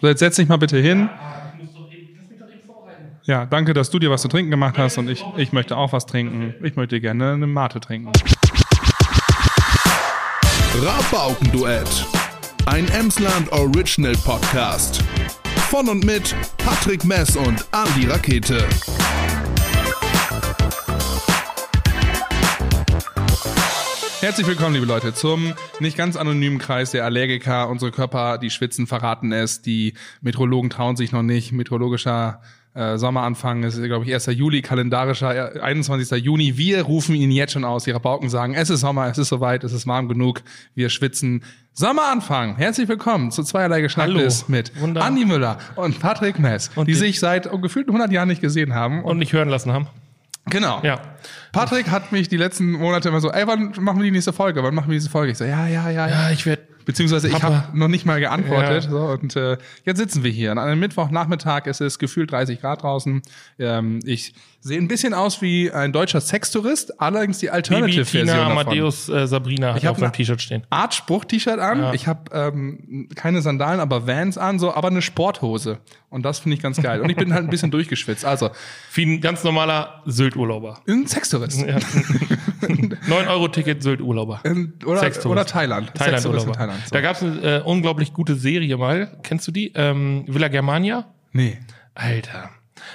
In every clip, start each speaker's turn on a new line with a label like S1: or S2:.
S1: So, jetzt setz dich mal bitte hin. Ja, danke, dass du dir was zu trinken gemacht hast und ich, ich möchte auch was trinken. Ich möchte gerne eine Mate trinken.
S2: Rabaukenduett. Ein Emsland Original Podcast. Von und mit Patrick Mess und Andi Rakete.
S1: Herzlich willkommen, liebe Leute, zum nicht ganz anonymen Kreis der Allergiker. Unsere Körper, die schwitzen, verraten es. Die Meteorologen trauen sich noch nicht. Meteorologischer äh, Sommeranfang ist, glaube ich, 1. Juli, kalendarischer äh, 21. Juni. Wir rufen ihn jetzt schon aus. Ihre Bauken sagen, es ist Sommer, es ist soweit, es ist warm genug. Wir schwitzen. Sommeranfang. Herzlich willkommen zu zweierlei Geschnacktes
S3: Hallo.
S1: mit
S3: Wunderbar.
S1: Andi Müller und Patrick Mess,
S3: Und
S1: die,
S3: die-
S1: sich seit oh, gefühlt 100 Jahren nicht gesehen haben.
S3: Und nicht hören lassen haben.
S1: Genau.
S3: Ja.
S1: Patrick hat mich die letzten Monate immer so, ey, wann machen wir die nächste Folge? Wann machen wir diese Folge? Ich so, ja, ja, ja, ja.
S3: ich werde.
S1: Beziehungsweise ich
S3: Papa.
S1: habe noch nicht mal geantwortet.
S3: Ja.
S1: So, und äh, jetzt sitzen wir hier. An einem Mittwochnachmittag ist es gefühlt 30 Grad draußen. Ähm, ich sehe ein bisschen aus wie ein deutscher Sextourist, allerdings die
S3: Bibi,
S1: Alternative-Version
S3: Tina,
S1: davon.
S3: Amadeus, äh, Sabrina hat
S1: hab
S3: auf meinem
S1: ne-
S3: T-Shirt stehen.
S1: Artspruch-T-Shirt an. Ich habe ähm, keine Sandalen, aber Vans an, so, aber eine Sporthose. Und das finde ich ganz geil. Und ich bin halt ein bisschen durchgeschwitzt. Also,
S3: Wie ein ganz normaler Sylt-Urlauber.
S1: ein Sextourist.
S3: Ja. 9-Euro-Ticket Sylt-Urlauber.
S1: Ähm, Oder,
S3: Sextourist.
S1: oder Thailand.
S3: Thailand,
S1: Sextourist in
S3: Urlauber.
S1: Thailand. So.
S3: Da gab es eine äh, unglaublich gute Serie mal. Kennst du die? Ähm, Villa Germania?
S1: Nee.
S3: Alter.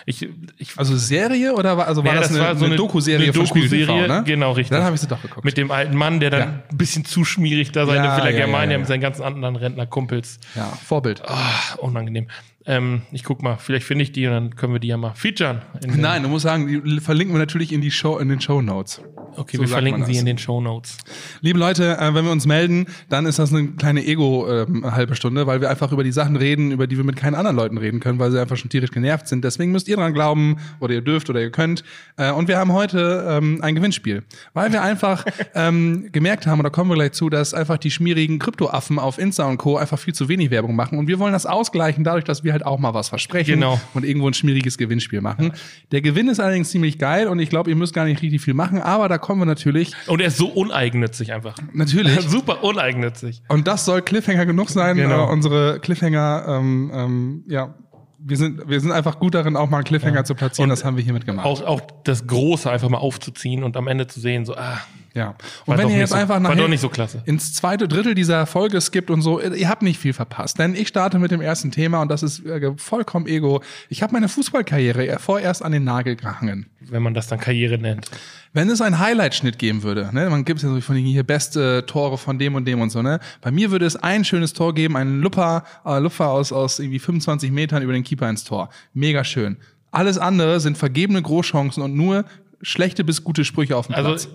S3: Ich, ich,
S1: Also Serie oder war, also war
S3: Ja,
S1: das, eine, eine, Doku-Serie
S3: eine
S1: von Spiegel
S3: Doku-Serie,
S1: TV, ne?
S3: Genau, richtig.
S1: Dann habe ich sie doch geguckt.
S3: Mit dem alten Mann, der dann
S1: Ja.
S3: ein bisschen zu schmierig da seine
S1: Ja,
S3: Villa
S1: ja,
S3: Germania
S1: ja, ja.
S3: mit seinen ganzen anderen Rentnerkumpels.
S1: ja, Vorbild.
S3: Ah, unangenehm. Ähm, ich guck mal, vielleicht finde ich die und dann können wir die ja mal featuren. In den-
S1: Nein, du musst sagen, die verlinken wir natürlich in, die Show, in den Show Notes.
S3: Okay,
S1: so
S3: wir
S1: sagt
S3: verlinken
S1: man
S3: sie
S1: das.
S3: in den Show Notes.
S1: Liebe Leute, äh, wenn wir uns melden, dann ist das eine kleine Ego-halbe Stunde, weil wir einfach über die Sachen reden, über die wir mit keinen anderen Leuten reden können, weil sie einfach schon tierisch genervt sind. Deswegen müsst ihr dran glauben oder ihr dürft oder ihr könnt. Äh, und wir haben heute ähm, ein Gewinnspiel, weil wir einfach ähm, gemerkt haben, und da kommen wir gleich zu, dass einfach die schmierigen Kryptoaffen auf Insta und Co. einfach viel zu wenig Werbung machen. Und wir wollen das ausgleichen dadurch, dass wir halt auch mal was versprechen
S3: Genau.
S1: und irgendwo ein schmieriges Gewinnspiel machen. Der Gewinn ist allerdings ziemlich geil und ich glaube, ihr müsst gar nicht richtig viel machen, aber da kommen wir natürlich,
S3: Und er ist so uneigennützig einfach.
S1: natürlich
S3: Super uneigennützig.
S1: und das soll Cliffhanger genug sein.
S3: Genau.
S1: Äh, unsere Cliffhanger, ähm, ähm, ja, wir sind, wir sind einfach gut darin, auch mal einen Cliffhanger zu platzieren. das haben wir hiermit gemacht.
S3: Auch, auch das Große einfach mal aufzuziehen und am Ende zu sehen, so, ah,
S1: ja.
S3: war
S1: Und wenn
S3: doch
S1: ihr
S3: nicht
S1: jetzt
S3: so-
S1: einfach
S3: war
S1: nachher
S3: doch nicht so klasse.
S1: ins zweite Drittel dieser Folge skippt und so, ihr habt nicht viel verpasst. Denn ich starte mit dem ersten Thema und das ist äh, vollkommen Ego. Ich habe meine Fußballkarriere vorerst an den Nagel gehangen.
S3: wenn man das dann Karriere nennt.
S1: Wenn es einen Highlight-Schnitt geben würde, ne, man gibt es ja so von den hier beste Tore von dem und dem und so, ne? Bei mir würde es ein schönes Tor geben, einen Lupfer, äh, Lupfer aus, aus irgendwie 25 Metern über den Keeper ins Tor. Mega schön. Alles andere sind vergebene Großchancen und nur schlechte bis gute Sprüche auf dem Platz.
S3: Also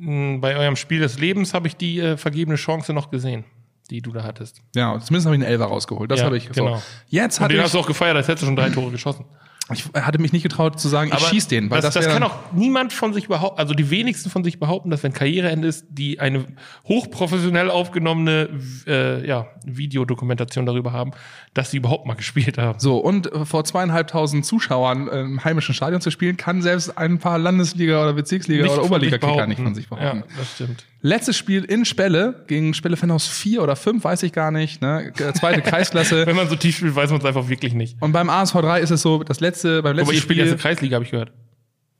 S3: mh, bei eurem Spiel des Lebens habe ich die äh, vergebene Chance noch gesehen, die du da hattest.
S1: Ja, zumindest habe ich einen Elfer rausgeholt. Das
S3: Ja,
S1: habe ich
S3: genau.
S1: so. Jetzt
S3: Und
S1: hatte
S3: den hast
S1: ich,
S3: du auch gefeiert, als hättest du schon drei Tore geschossen.
S1: ich hatte mich nicht getraut zu sagen, ich schieß den, weil das,
S3: das, das
S1: wär
S3: kann
S1: dann-
S3: auch niemand von sich behaupten, also die wenigsten von sich behaupten, dass wenn Karriereende ist, die eine hochprofessionell aufgenommene äh, ja, Videodokumentation darüber haben, dass sie überhaupt mal gespielt haben.
S1: So, und äh, vor zweieinhalbtausend Zuschauern äh, im heimischen Stadion zu spielen, kann selbst ein paar Landesliga oder Bezirksliga
S3: Nicht
S1: oder
S3: von sich
S1: Oberliga-Kicker
S3: behaupten.
S1: nicht von sich behaupten.
S3: Ja, das stimmt.
S1: Letztes Spiel in Spelle gegen Spelle Fenhaus 4 oder 5, weiß ich gar nicht, ne? Äh, Zweite Kreisklasse.
S3: Wenn man so tief spielt, weiß man es einfach wirklich nicht.
S1: Und beim ASV 3 ist es so, das letzte, beim
S3: Aber
S1: letzten
S3: ihr spielt jetzt
S1: Spiel.
S3: in Kreisliga, habe ich gehört.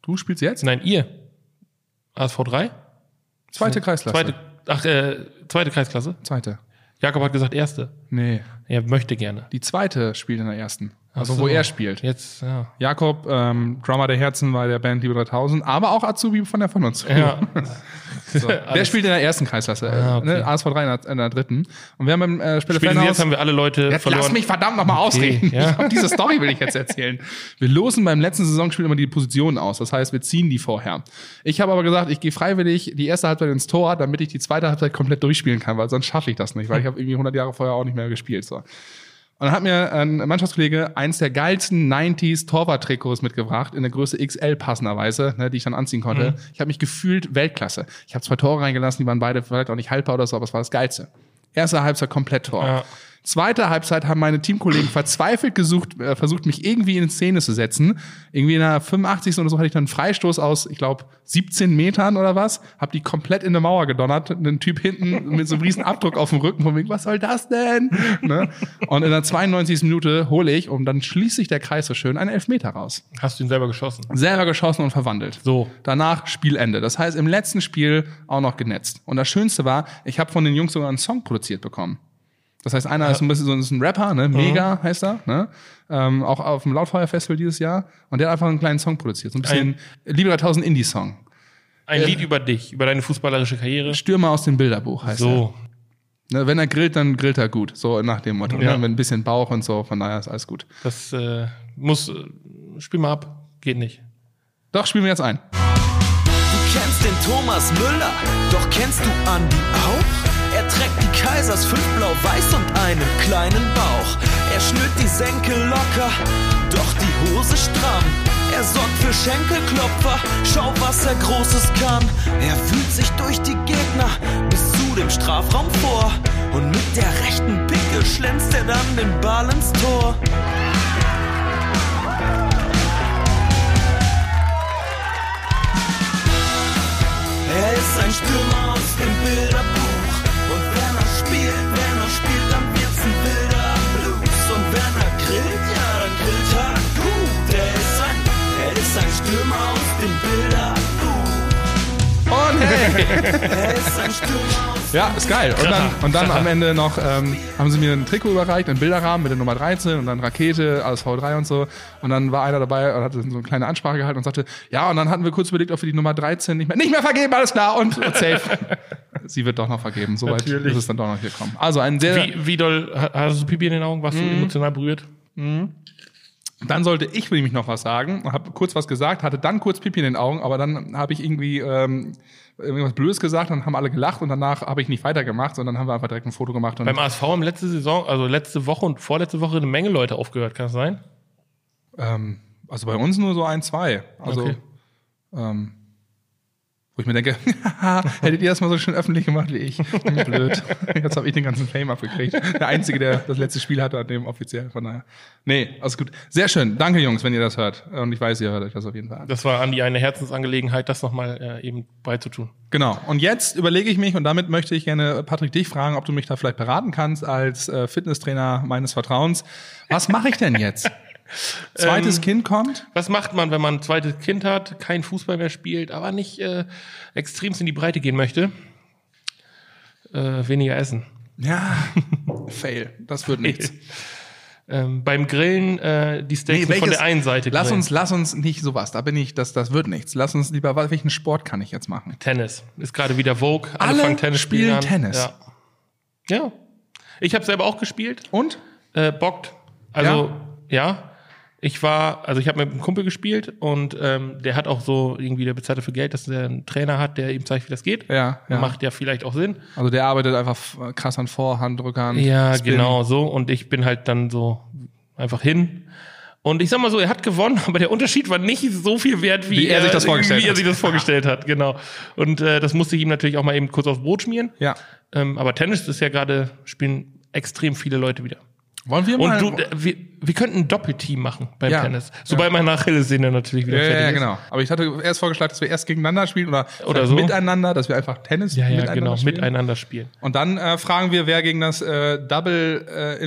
S1: du spielst jetzt?
S3: Nein, ihr. ASV 3?
S1: Zweite Kreisklasse.
S3: Zweite, ach, äh, zweite Kreisklasse.
S1: Zweite.
S3: Jakob hat gesagt erste.
S1: Nee.
S3: Er möchte gerne.
S1: Die zweite spielt in der ersten. Also
S3: Ach so.
S1: wo er spielt.
S3: Jetzt, ja.
S1: Jakob, ähm, Drummer der Herzen bei der Band Liebe 3000, aber auch Azubi von der von uns.
S3: Ja.
S1: So. Der spielt in der ersten Kreisklasse.
S3: Ah, okay.
S1: ne? ASV 3 in der, in der dritten. Und wir haben im äh, Spelle
S3: Spätestens
S1: Fenhaus.
S3: jetzt haben wir alle Leute
S1: Jetzt
S3: verloren.
S1: lass mich verdammt nochmal ausreden.
S3: ja.
S1: Ich hab diese Story will ich jetzt erzählen. Wir losen beim letzten Saisonspiel immer die Positionen aus. Das heißt, wir ziehen die vorher. Ich habe aber gesagt, ich gehe freiwillig die erste Halbzeit ins Tor, damit ich die zweite Halbzeit komplett durchspielen kann, weil sonst schaffe ich das
S3: Hm.
S1: nicht, weil ich habe irgendwie 100 Jahre vorher auch nicht mehr gespielt. So. Und dann hat mir ein Mannschaftskollege eins der geilsten 90s Torwart-Trikots mitgebracht, in der Größe XL passenderweise, ne, die ich dann anziehen konnte. Ich habe mich gefühlt Weltklasse. Ich habe zwei Tore reingelassen, die waren beide vielleicht auch nicht haltbar oder so, aber es war das Geilste. Erste Halbzeit komplett Tor.
S3: Ja.
S1: Zweite Halbzeit haben meine Teamkollegen verzweifelt gesucht, äh, versucht, mich irgendwie in Szene zu setzen. Irgendwie in der 85. oder so hatte ich dann einen Freistoß aus, ich glaube, 17 Metern oder was. Hab die komplett in eine Mauer gedonnert. Einen Typ hinten mit so einem riesen Abdruck auf dem Rücken von wegen, was soll das denn? Ne? Und in der 92. Minute hole ich, und dann schließt sich der Kreis so schön, einen Elfmeter raus.
S3: Hast du ihn selber geschossen?
S1: Selber geschossen und verwandelt.
S3: So.
S1: Danach Spielende. Das heißt, im letzten Spiel auch noch genetzt. Und das Schönste war, ich habe von den Jungs sogar einen Song produziert bekommen. Das heißt, einer ist ein bisschen so ist ein Rapper, ne? Mega heißt er, ne? Ähm, auch auf dem Lautfeuer-Festival dieses Jahr. Und der hat einfach einen kleinen Song produziert. So ein bisschen Liebe 3000 Indie-Song.
S3: Ein Lied über dich, über deine fußballerische Karriere.
S1: Stürmer aus dem Bilderbuch heißt
S3: So.
S1: er. Ne? Wenn er grillt, dann grillt er gut. So nach dem Motto.
S3: Ja.
S1: Ne? Mit ein bisschen Bauch und so, von daher ist alles gut.
S3: Das äh, muss. Äh, spiel mal ab. Geht nicht.
S1: Doch, spielen wir jetzt ein.
S4: Du kennst den Thomas Müller, doch kennst du Andi auch? Er trägt die Kaisers fünf blau-weiß und einen kleinen Bauch. Er schnürt die Senkel locker, doch die Hose stramm. Er sorgt für Schenkelklopfer, schau was er Großes kann. Er wühlt sich durch die Gegner bis zu dem Strafraum vor. Und mit der rechten Pickel schlänzt er dann den Ball ins Tor. Er ist ein Stürmer aus dem Bilderbuch. Und wenn er spielt, wenn er spielt, dann wird's ein wilder Blues. Und wenn er grillt, ja, dann grillt er gut. Er ist ein, er ist ein Stürmer aus dem Bilderbuch.
S1: Und hey!
S4: Er ist ein Stürmer aus
S1: Ja, ist geil. Und dann, und dann am Ende noch ähm, haben sie mir ein Trikot überreicht, einen Bilderrahmen mit der Nummer 13 und dann Rakete, alles V3 und so. Und dann war einer dabei und hatte so eine kleine Ansprache gehalten und sagte, ja, und dann hatten wir kurz überlegt, ob wir die Nummer 13 nicht mehr, nicht mehr vergeben, alles klar und, und safe. sie wird doch noch vergeben. Soweit
S3: Natürlich.
S1: ist es dann doch noch hier gekommen. Also ein sehr,
S3: Wie, wie doll ha- hast du Pipi in den Augen? Warst
S1: Mhm.
S3: du emotional berührt?
S1: Dann sollte ich nämlich noch was sagen. Habe kurz was gesagt, hatte dann kurz Pipi in den Augen, aber dann habe ich irgendwie ähm, irgendwas Blödes gesagt, dann haben alle gelacht und danach habe ich nicht weitergemacht, sondern haben wir einfach direkt ein Foto gemacht. Und,
S3: Beim ASV haben letzte Saison, also letzte Woche und vorletzte Woche eine Menge Leute aufgehört, kann das sein?
S1: ähm, also bei uns nur so ein, zwei. Also,
S3: Okay.
S1: ähm, wo ich mir denke, hättet ihr das mal so schön öffentlich gemacht wie ich. Hm, Blöd. Jetzt habe ich den ganzen Fame abgekriegt. Der Einzige, der das letzte Spiel hatte, an dem offiziell. Von daher. Nee, alles gut. Sehr schön. Danke, Jungs, wenn ihr das hört. Und ich weiß, ihr hört euch das auf jeden Fall an.
S3: Das war Andi eine Herzensangelegenheit, das nochmal äh, eben beizutun.
S1: Genau. Und jetzt überlege ich mich, und damit möchte ich gerne, äh, Patrick, dich fragen, ob du mich da vielleicht beraten kannst als äh, Fitnesstrainer meines Vertrauens. Was mache ich denn jetzt? Zweites Kind kommt?
S3: Was macht man, wenn man ein zweites Kind hat, kein Fußball mehr spielt, aber nicht äh, extremst in die Breite gehen möchte? Äh, weniger essen.
S1: Ja. Fail. Das wird nichts.
S3: Ähm, beim Grillen äh, die Steaks
S1: Nee,
S3: von
S1: welches-
S3: der einen Seite
S1: Lass
S3: grillen.
S1: uns, lass uns nicht sowas. Da bin ich, das, das wird nichts. Lass uns lieber, wa- welchen Sport kann ich jetzt machen?
S3: Tennis. Ist gerade wieder Vogue.
S1: Alle
S3: fangen
S1: spielen
S3: an.
S1: Tennis.
S3: Ja. ja. Ich habe selber auch gespielt.
S1: Und?
S3: Äh, bockt. Also, ja. Ich war, also ich habe mit einem Kumpel gespielt und ähm, der hat auch so irgendwie, der bezahlt dafür Geld, dass er einen Trainer hat, der ihm zeigt, wie das geht.
S1: Ja, ja.
S3: Macht ja vielleicht auch Sinn.
S1: Also der arbeitet einfach f- krass an Vorhanddrückern.
S3: Ja,
S1: Spin.
S3: genau so. Und ich bin halt dann so einfach hin. Und ich sag mal so, er hat gewonnen, aber der Unterschied war nicht so viel wert, wie,
S1: Wie er sich das vorgestellt
S3: wie er
S1: hat.
S3: sich das vorgestellt hat. Genau. Und äh, das musste ich ihm natürlich auch mal eben kurz aufs Brot schmieren.
S1: Ja.
S3: Ähm, aber Tennis ist ja gerade, spielen extrem viele Leute wieder.
S1: Wollen wir mal?
S3: Und du, äh, wir, wir könnten ein Doppelteam machen beim
S1: Ja.
S3: Tennis. Sobald meine Achillessehne natürlich wieder
S1: ja,
S3: fertig
S1: ja, ja,
S3: ist.
S1: genau. Aber ich hatte erst vorgeschlagen, dass wir erst gegeneinander spielen oder, äh,
S3: Oder so.
S1: miteinander, dass wir einfach Tennis
S3: Ja, ja,
S1: miteinander
S3: genau.
S1: spielen.
S3: Miteinander spielen.
S1: Und dann äh, fragen wir, wer gegen das äh, Double äh,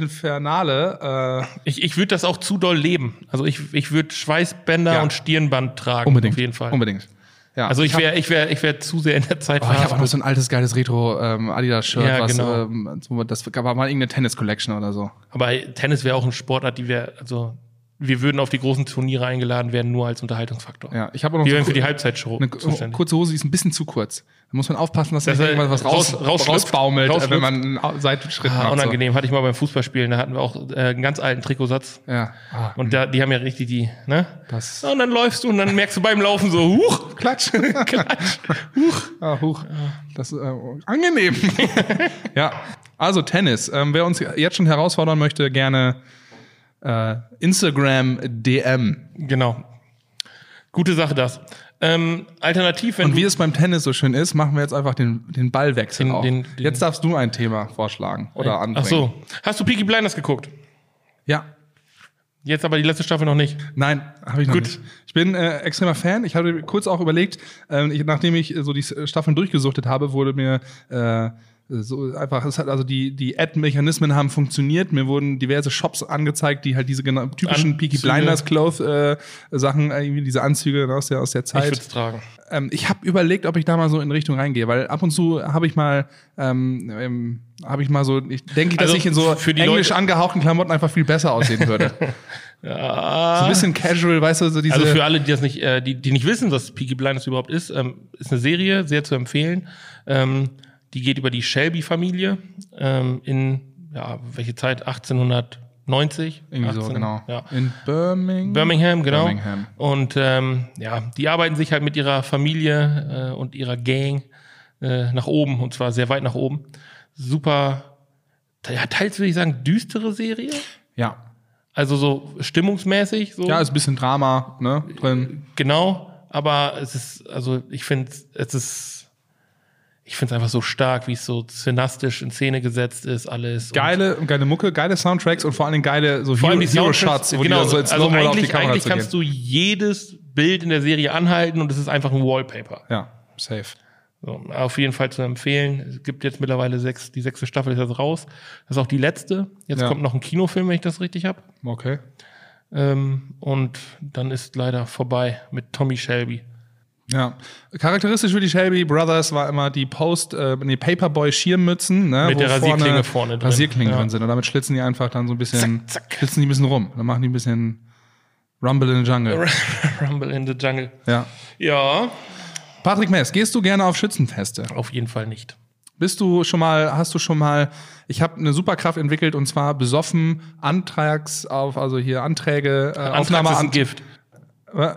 S1: Infernale. Äh,
S3: Ich, ich würde das auch zu doll leben. Also ich, ich würde Schweißbänder
S1: Ja.
S3: und Stirnband tragen. Auf jeden Fall.
S1: Unbedingt. Ja.
S3: Also ich
S1: hab-
S3: wäre ich wär, ich wär zu sehr in der Zeit
S1: Oh, ich habe auch noch
S3: verhaftet.
S1: so ein altes, geiles Retro-Adidas-Shirt,
S3: Ja,
S1: was
S3: genau.
S1: ähm, so- das war mal irgendeine Tennis-Collection oder so.
S3: Aber Tennis wäre auch ein Sportart, die wir, also wir würden auf die großen Turniere eingeladen werden, nur als Unterhaltungsfaktor.
S1: Ja, ich habe auch noch
S3: Wir
S1: so
S3: wären
S1: ku-
S3: für die Halbzeitshow
S1: eine ku-
S3: zuständig.
S1: kurze Hose, die ist ein bisschen zu kurz. Da muss man aufpassen, dass da
S3: Dass er
S1: irgendwas was raus,
S3: raus- rausschlüpft.
S1: rausbaumelt, äh, wenn
S3: Rausschlüpft.
S1: man einen Au- Seitenschritt
S3: Ah,
S1: macht.
S3: unangenehm, hatte ich mal beim Fußballspielen, da hatten wir auch äh, einen ganz alten Trikotsatz.
S1: So. Ja. Ah,
S3: Und da, die haben ja richtig die, ne?
S1: Das-
S3: Und dann läufst du und dann merkst du beim Laufen so, huch,
S1: Klatsch.
S3: Oh, Klatsch.
S1: Ah, huch. Das ist äh, angenehm. ja, also Tennis. Ähm, wer uns jetzt schon herausfordern möchte, gerne äh, Instagram DM.
S3: Genau. Gute Sache das. Ähm, alternativ, wenn
S1: Und wie
S3: du,
S1: es beim Tennis so schön ist, machen wir jetzt einfach den, den Ballwechsel
S3: Den-
S1: auch.
S3: den- den-
S1: jetzt darfst du ein Thema vorschlagen oder anbringen.
S3: Ach so. Hast du Peaky Blinders geguckt?
S1: Ja.
S3: Jetzt aber die letzte Staffel noch nicht.
S1: Nein, habe ich noch
S3: Gut.
S1: nicht. Ich bin äh, extremer Fan. Ich hatte kurz auch überlegt, ähm, ich, nachdem ich äh, so die S- Staffeln durchgesuchtet habe, wurde mir äh, so einfach, es hat, also die, die Ad-Mechanismen haben funktioniert. Mir wurden diverse Shops angezeigt, die halt diese gena- typischen Peaky
S3: Anzüge.
S1: Blinders Cloth äh, Sachen, äh, irgendwie diese Anzüge aus der, aus der
S3: Ich
S1: Zeit.
S3: würde es tragen.
S1: Ähm, ich habe überlegt, ob ich da mal so in Richtung reingehe, weil ab und zu habe ich mal, ähm, ähm, habe ich mal so, ich denke, dass
S3: Also
S1: ich in so
S3: für die
S1: englisch
S3: Leute-
S1: angehauchten Klamotten einfach viel besser aussehen würde. So ein bisschen casual, weißt du, so diese.
S3: Ah. Also für alle, die das nicht, äh, die, die nicht wissen, was Peaky Blinders überhaupt ist, ähm, ist eine Serie, sehr zu empfehlen. Ähm, die geht über die Shelby-Familie ähm, in, ja, welche Zeit? 1890?
S1: irgendwie so, genau.
S3: Ja.
S1: In Birmingham.
S3: Birmingham, genau.
S1: Birmingham.
S3: Und ähm, ja, die arbeiten sich halt mit ihrer Familie äh, und ihrer Gang äh, nach oben und zwar sehr weit nach oben. Super, ja, teils würde ich sagen, düstere Serie.
S1: Ja.
S3: Also so stimmungsmäßig. So.
S1: Ja, ist ein bisschen Drama, ne? Drin.
S3: Genau, aber es ist, also ich finde, es ist, ich finde es einfach so stark, wie es so szenastisch in Szene gesetzt ist, alles.
S1: Geile, geile Mucke, geile Soundtracks und vor allen Dingen geile so
S3: Vor allem die
S1: Zero
S3: Soundtracks,
S1: Shots, wo
S3: genau,
S1: die da so
S3: also
S1: jetzt also auf die
S3: eigentlich,
S1: Kamera
S3: eigentlich
S1: zu
S3: kannst
S1: gehen.
S3: du jedes Bild in der Serie anhalten und es ist einfach ein Wallpaper.
S1: Ja, safe.
S3: So, auf jeden Fall zu empfehlen. Es gibt jetzt mittlerweile sechs, die sechste Staffel ist jetzt raus. Das ist auch die letzte. Jetzt
S1: Ja.
S3: kommt noch ein Kinofilm, wenn ich das richtig habe.
S1: Okay.
S3: Ähm, und dann ist leider vorbei mit Tommy Shelby.
S1: Ja. Charakteristisch für die Shelby Brothers war immer die Post, äh, nee, Paperboy-Schirmmützen, ne?
S3: Mit
S1: wo
S3: der Rasierklinge vorne drin.
S1: Rasierklingen
S3: Ja.
S1: drin sind. Und damit schlitzen die einfach dann so ein bisschen,
S3: Zack, zack.
S1: schlitzen die ein bisschen rum. Dann machen die ein bisschen Rumble in the Jungle.
S3: Rumble in the Jungle.
S1: Ja.
S3: Ja,
S1: Patrick Mess, gehst du gerne auf Schützenfeste?
S3: auf jeden Fall nicht.
S1: Bist du schon mal, hast du schon mal, ich habe eine Superkraft entwickelt und zwar besoffen Antrags auf, also hier Anträge, äh, Aufnahme
S3: Anthrax ist
S1: an,
S3: ein Gift.
S1: Äh, Ja,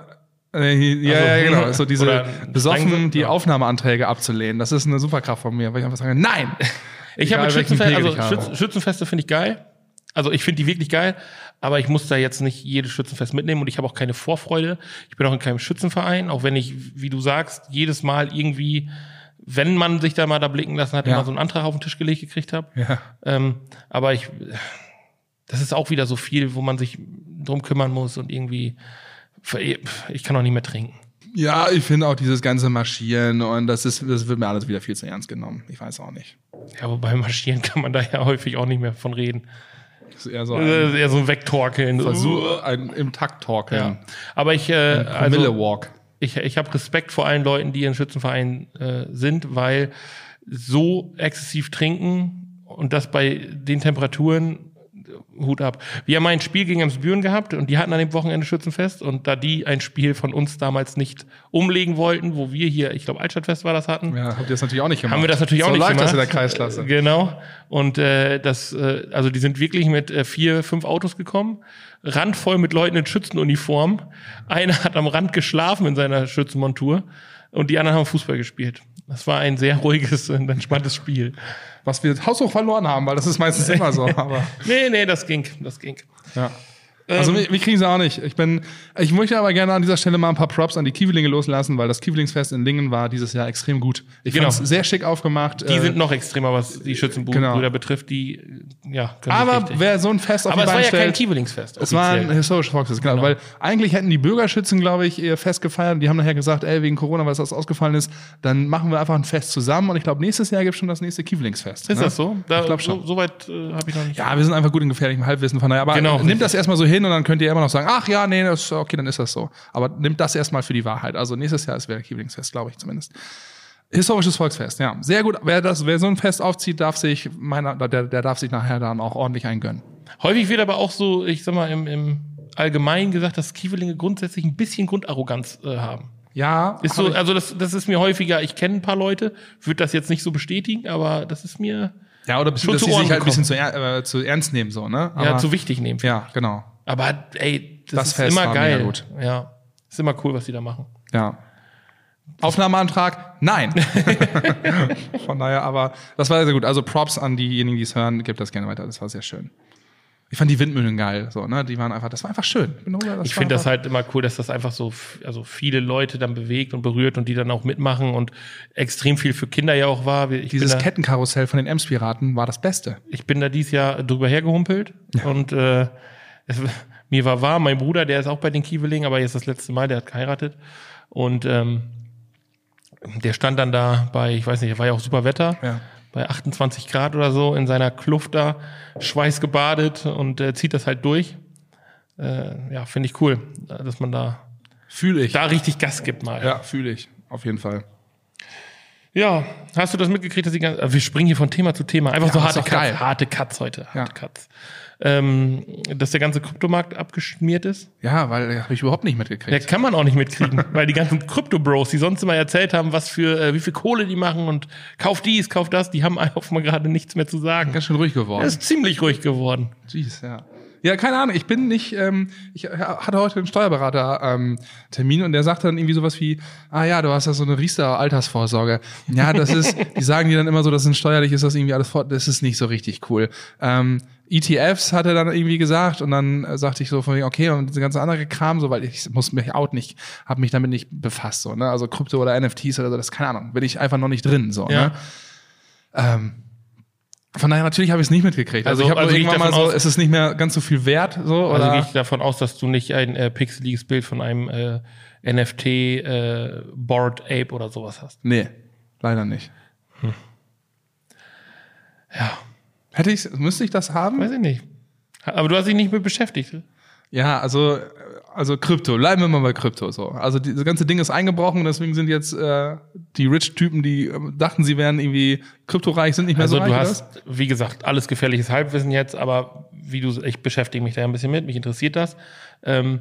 S3: Also,
S1: ja, genau. So diese
S3: oder ein
S1: besoffen
S3: Einge-
S1: die
S3: ja.
S1: Aufnahmeanträge abzulehnen. Das ist eine Superkraft von mir, weil ich einfach sage, nein!
S3: Ich habe
S1: Egal,
S3: mit
S1: welchen
S3: Schützenfest,
S1: Pegel
S3: also
S1: ich habe.
S3: Schütz, Schützenfeste finde ich geil. Also ich finde die wirklich geil, aber ich muss da jetzt nicht jedes Schützenfest mitnehmen und ich habe auch keine Vorfreude. Ich bin auch in keinem Schützenverein, auch wenn ich, wie du sagst, jedes Mal irgendwie, wenn man sich da mal da blicken lassen hat,
S1: Ja.
S3: immer so einen Antrag auf den Tisch gelegt gekriegt habe.
S1: Ja.
S3: Ähm, aber ich, das ist auch wieder so viel, wo man sich drum kümmern muss und irgendwie, eh, ich kann auch nicht mehr trinken.
S1: Ja, ich finde auch dieses ganze Marschieren und das ist, das wird mir alles wieder viel zu ernst genommen. Ich weiß auch nicht.
S3: Ja, wobei marschieren kann man da ja häufig auch nicht mehr von reden.
S1: Das ist eher so ein
S3: Das ist eher so ein Wegtorkeln.
S1: Versuch, ein im Takt talken.
S3: Ja. Aber ich, äh,
S1: Mille
S3: also,
S1: Walk.
S3: ich, ich habe Respekt vor allen Leuten, die in Schützenvereinen äh, sind, weil so exzessiv trinken und das bei den Temperaturen äh, Hut ab. Wir haben ein Spiel gegen Emsbüren gehabt und die hatten an dem Wochenende Schützenfest und da die ein Spiel von uns damals nicht umlegen wollten, wo wir hier, ich glaube Altstadtfest war das hatten,
S1: Ja, habt ihr das natürlich auch nicht gemacht.
S3: haben wir das natürlich auch
S1: so
S3: nicht
S1: läuft
S3: gemacht.
S1: das in der Kreisklasse.
S3: Genau. Und äh, das, äh, also die sind wirklich mit äh, vier, fünf Autos gekommen, randvoll mit Leuten in Schützenuniform. Einer hat am Rand geschlafen in seiner Schützenmontur und die anderen haben Fußball gespielt. Das war ein sehr ruhiges und entspanntes Spiel.
S1: Was wir haushoch verloren haben, weil das ist meistens immer so. Aber
S3: Nee, nee, das ging, das ging.
S1: Ja.
S3: Ähm,
S1: Also wir, wir kriegen sie auch nicht. Ich bin, ich möchte aber gerne an dieser Stelle mal ein paar Props an die Kiewelinge loslassen, weil das Kiewelingsfest in Lingen war dieses Jahr extrem gut. Ich
S3: Genau.
S1: fand's sehr schick aufgemacht.
S3: Die
S1: äh,
S3: sind noch extremer, was die Schützenbrüder
S1: genau.
S3: betrifft. Die, äh, ja, können sich
S1: aber
S3: richtig-
S1: wer so ein Fest auf
S3: aber
S1: die
S3: es war
S1: Beine
S3: ja kein
S1: stellt,
S3: Kiewelingsfest.
S1: es war ein
S3: offiziell.
S1: historisches Volksfest, genau, Weil eigentlich hätten die Bürgerschützen, glaube ich, ihr Fest gefeiert. Und die haben nachher gesagt, ey, wegen Corona, weil es das ausgefallen ist, dann machen wir einfach ein Fest zusammen. Und ich glaube, nächstes Jahr gibt's schon das nächste Kiewelingsfest.
S3: Ist
S1: ne?
S3: das so? Da,
S1: ich glaube schon.
S3: So, so weit äh, habe ich noch nicht.
S1: Ja, wir sind einfach gut in gefährlichem Halbwissen von daher. Aber
S3: Genau,
S1: nehmt
S3: richtig.
S1: das erstmal so hin und dann könnt ihr immer noch sagen, ach ja, nee, das, okay, dann ist das so. Aber nehmt das erstmal für die Wahrheit. Also nächstes Jahr ist wieder Lieblingsfest, glaube ich zumindest. Historisches Volksfest, ja. Sehr gut. Wer, das, wer so ein Fest aufzieht, darf sich, meiner, der, der darf sich nachher dann auch ordentlich eingönnen.
S3: Häufig wird aber auch so, ich sag mal, im, im Allgemeinen gesagt, dass Kiewelinge grundsätzlich ein bisschen Grundarroganz äh, haben.
S1: Ja,
S3: Ist
S1: hab
S3: so,
S1: ich-
S3: also das, das ist mir häufiger, ich kenne ein paar Leute, würde das jetzt nicht so bestätigen, aber das ist mir
S1: ja oder dass
S3: schon
S1: sie
S3: zu
S1: sich
S3: Ohren
S1: halt ein bisschen
S3: gekommen.
S1: zu, er, äh, zu ernst nehmen, so, ne? Aber,
S3: ja, zu wichtig nehmen.
S1: ja, genau.
S3: Aber ey, das,
S1: Das
S3: ist
S1: Fest
S3: immer
S1: war
S3: geil.
S1: mega gut.
S3: Ja. Ist immer cool, was die da machen.
S1: Ja. Aufnahmeantrag? Nein. Von daher, aber das war sehr gut. Also Props an diejenigen, die es hören. Gebt das gerne weiter. Das war sehr schön. Ich fand die Windmühlen geil. So, ne? Die waren einfach, das war einfach schön. Bin darüber-
S3: Ich
S1: war
S3: finde das
S1: einfach-
S3: halt immer cool, dass das einfach so f- also viele Leute dann bewegt und berührt und die dann auch mitmachen und extrem viel für Kinder ja auch war. Ich
S1: Dieses
S3: bin da,
S1: Kettenkarussell von den Ems-Piraten war das Beste.
S3: ich bin da dieses Jahr drüber hergehumpelt und äh, es, mir war warm. Mein Bruder, der ist auch bei den Kieweling, aber jetzt das letzte Mal, der hat geheiratet und ähm, der stand dann da bei, ich weiß nicht, war ja auch super Wetter.
S1: Ja.
S3: bei 28 Grad oder so in seiner Kluft da, schweißgebadet und äh, zieht das halt durch. Äh, ja, finde ich cool, äh, dass man da,
S1: Fühle ich.
S3: da richtig Gas gibt mal.
S1: Ja, fühle ich. Auf jeden Fall.
S3: Ja, hast du das mitgekriegt, dass die ganze, äh, wir springen hier von Thema zu Thema, einfach so
S1: aber ist
S3: harte
S1: doch geil.
S3: Cuts, harte Cuts heute, harte
S1: Ja.
S3: Cuts. Ähm, dass der ganze Kryptomarkt abgeschmiert ist.
S1: Ja, weil äh, habe ich überhaupt nicht mitgekriegt.
S3: Ja, kann man auch nicht mitkriegen, weil die ganzen Krypto-Bros, die sonst immer erzählt haben, was für, äh, wie viel Kohle die machen und kauf dies, kauf das, die haben einfach mal gerade nichts mehr zu sagen.
S1: Ganz schön ruhig
S3: Er
S1: geworden.
S3: ist ziemlich ruhig geworden.
S1: Jeez, ja. Ja, keine Ahnung, ich bin nicht, ähm, ich hatte heute einen Steuerberater-Termin ähm, und der sagte dann irgendwie sowas wie, ah ja, du hast ja so eine Riester-Altersvorsorge. Ja, das ist, die sagen dir dann immer so, das ist steuerlich, ist das irgendwie alles fort, das ist nicht so richtig cool. Ähm, ETFs hat er dann irgendwie gesagt und dann äh, sagte ich so von wegen, okay, und diese ganze andere Kram, so, weil ich muss mich out nicht, habe mich damit nicht befasst, so, ne, also Krypto oder NFTs oder so, das, keine Ahnung, bin ich einfach noch nicht drin, so,
S3: Ja.
S1: ne. Von daher natürlich habe ich es nicht mitgekriegt. Also,
S3: Also-
S1: ich habe
S3: also
S1: nur
S3: gehe ich
S1: irgendwann mal
S3: davon
S1: so,
S3: aus-
S1: es ist nicht mehr ganz so viel wert so oder
S3: Also gehe ich davon aus, dass du nicht ein äh, pixeliges Bild von einem äh, NFT äh, Board Ape oder sowas hast.
S1: Nee, leider nicht. Ja. Hätte ich müsste ich das haben?
S3: Weiß ich nicht. Aber du hast dich nicht mit beschäftigt. ne?
S1: Ja, also also Krypto, bleiben wir mal bei Krypto so. Also die, das ganze Ding ist eingebrochen und deswegen sind jetzt äh, die rich Typen, die ähm, dachten, sie wären irgendwie kryptoreich, sind nicht mehr
S3: Also
S1: so reich.
S3: du
S1: oder
S3: hast, wie gesagt, alles gefährliches Halbwissen jetzt, aber wie du, ich beschäftige mich da ein bisschen mit, mich interessiert das. Ähm,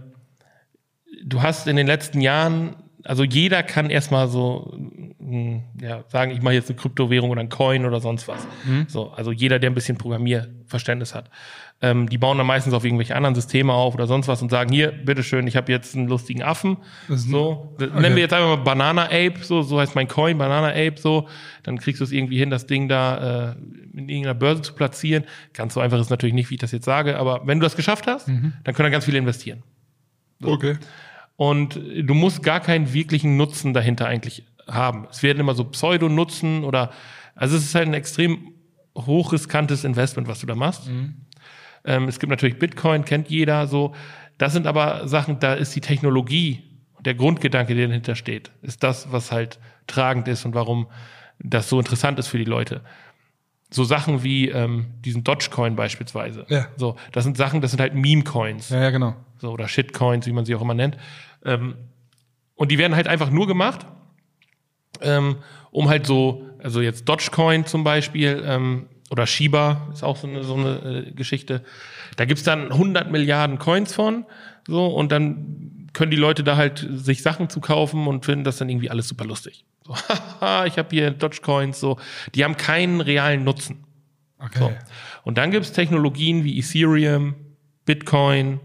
S3: du hast in den letzten Jahren, also jeder kann erstmal so mh, ja, sagen, ich mache jetzt eine Kryptowährung oder einen Coin oder sonst was.
S1: Mhm.
S3: So, also jeder, der ein bisschen Programmierverständnis hat. Ähm, die bauen dann meistens auf irgendwelche anderen Systeme auf oder sonst was und sagen, hier, bitteschön, ich habe jetzt einen lustigen Affen.
S1: Das ist
S3: So, nennen wir jetzt einfach mal Banana Ape, so, so heißt mein Coin, Banana Ape, so. Dann kriegst du es irgendwie hin, das Ding da äh, in irgendeiner Börse zu platzieren. Ganz so einfach ist es natürlich nicht, wie ich das jetzt sage, aber wenn du das geschafft hast, dann können da ganz viele investieren.
S1: was? Okay.
S3: Und du musst gar keinen wirklichen Nutzen dahinter eigentlich haben. Es werden immer so Pseudo-Nutzen oder, also es ist halt ein extrem hochriskantes Investment, was du da machst.
S1: Mhm.
S3: Ähm, es gibt natürlich Bitcoin, kennt jeder, so. Das sind aber Sachen, da ist die Technologie, der Grundgedanke, der dahinter steht, ist das, was halt tragend ist und warum das so interessant ist für die Leute. So Sachen wie ähm, diesen Dogecoin beispielsweise.
S1: Ja.
S3: So, das sind Sachen, das sind halt Meme-Coins
S1: Ja, ja, genau.
S3: so, oder Shitcoins, wie man sie auch immer nennt. Ähm, und die werden halt einfach nur gemacht, ähm, um halt so, also jetzt Dogecoin zum Beispiel ähm, oder Shiba ist auch so eine, so eine äh, Geschichte. Da gibt's dann 100 Milliarden Coins von, so und dann können die Leute da halt sich Sachen zu kaufen und finden das dann irgendwie alles super lustig. So, haha, ich habe hier Dogecoins, so. Die haben keinen realen Nutzen.
S1: Okay.
S3: So. Und dann gibt's Technologien wie Ethereum, Bitcoin,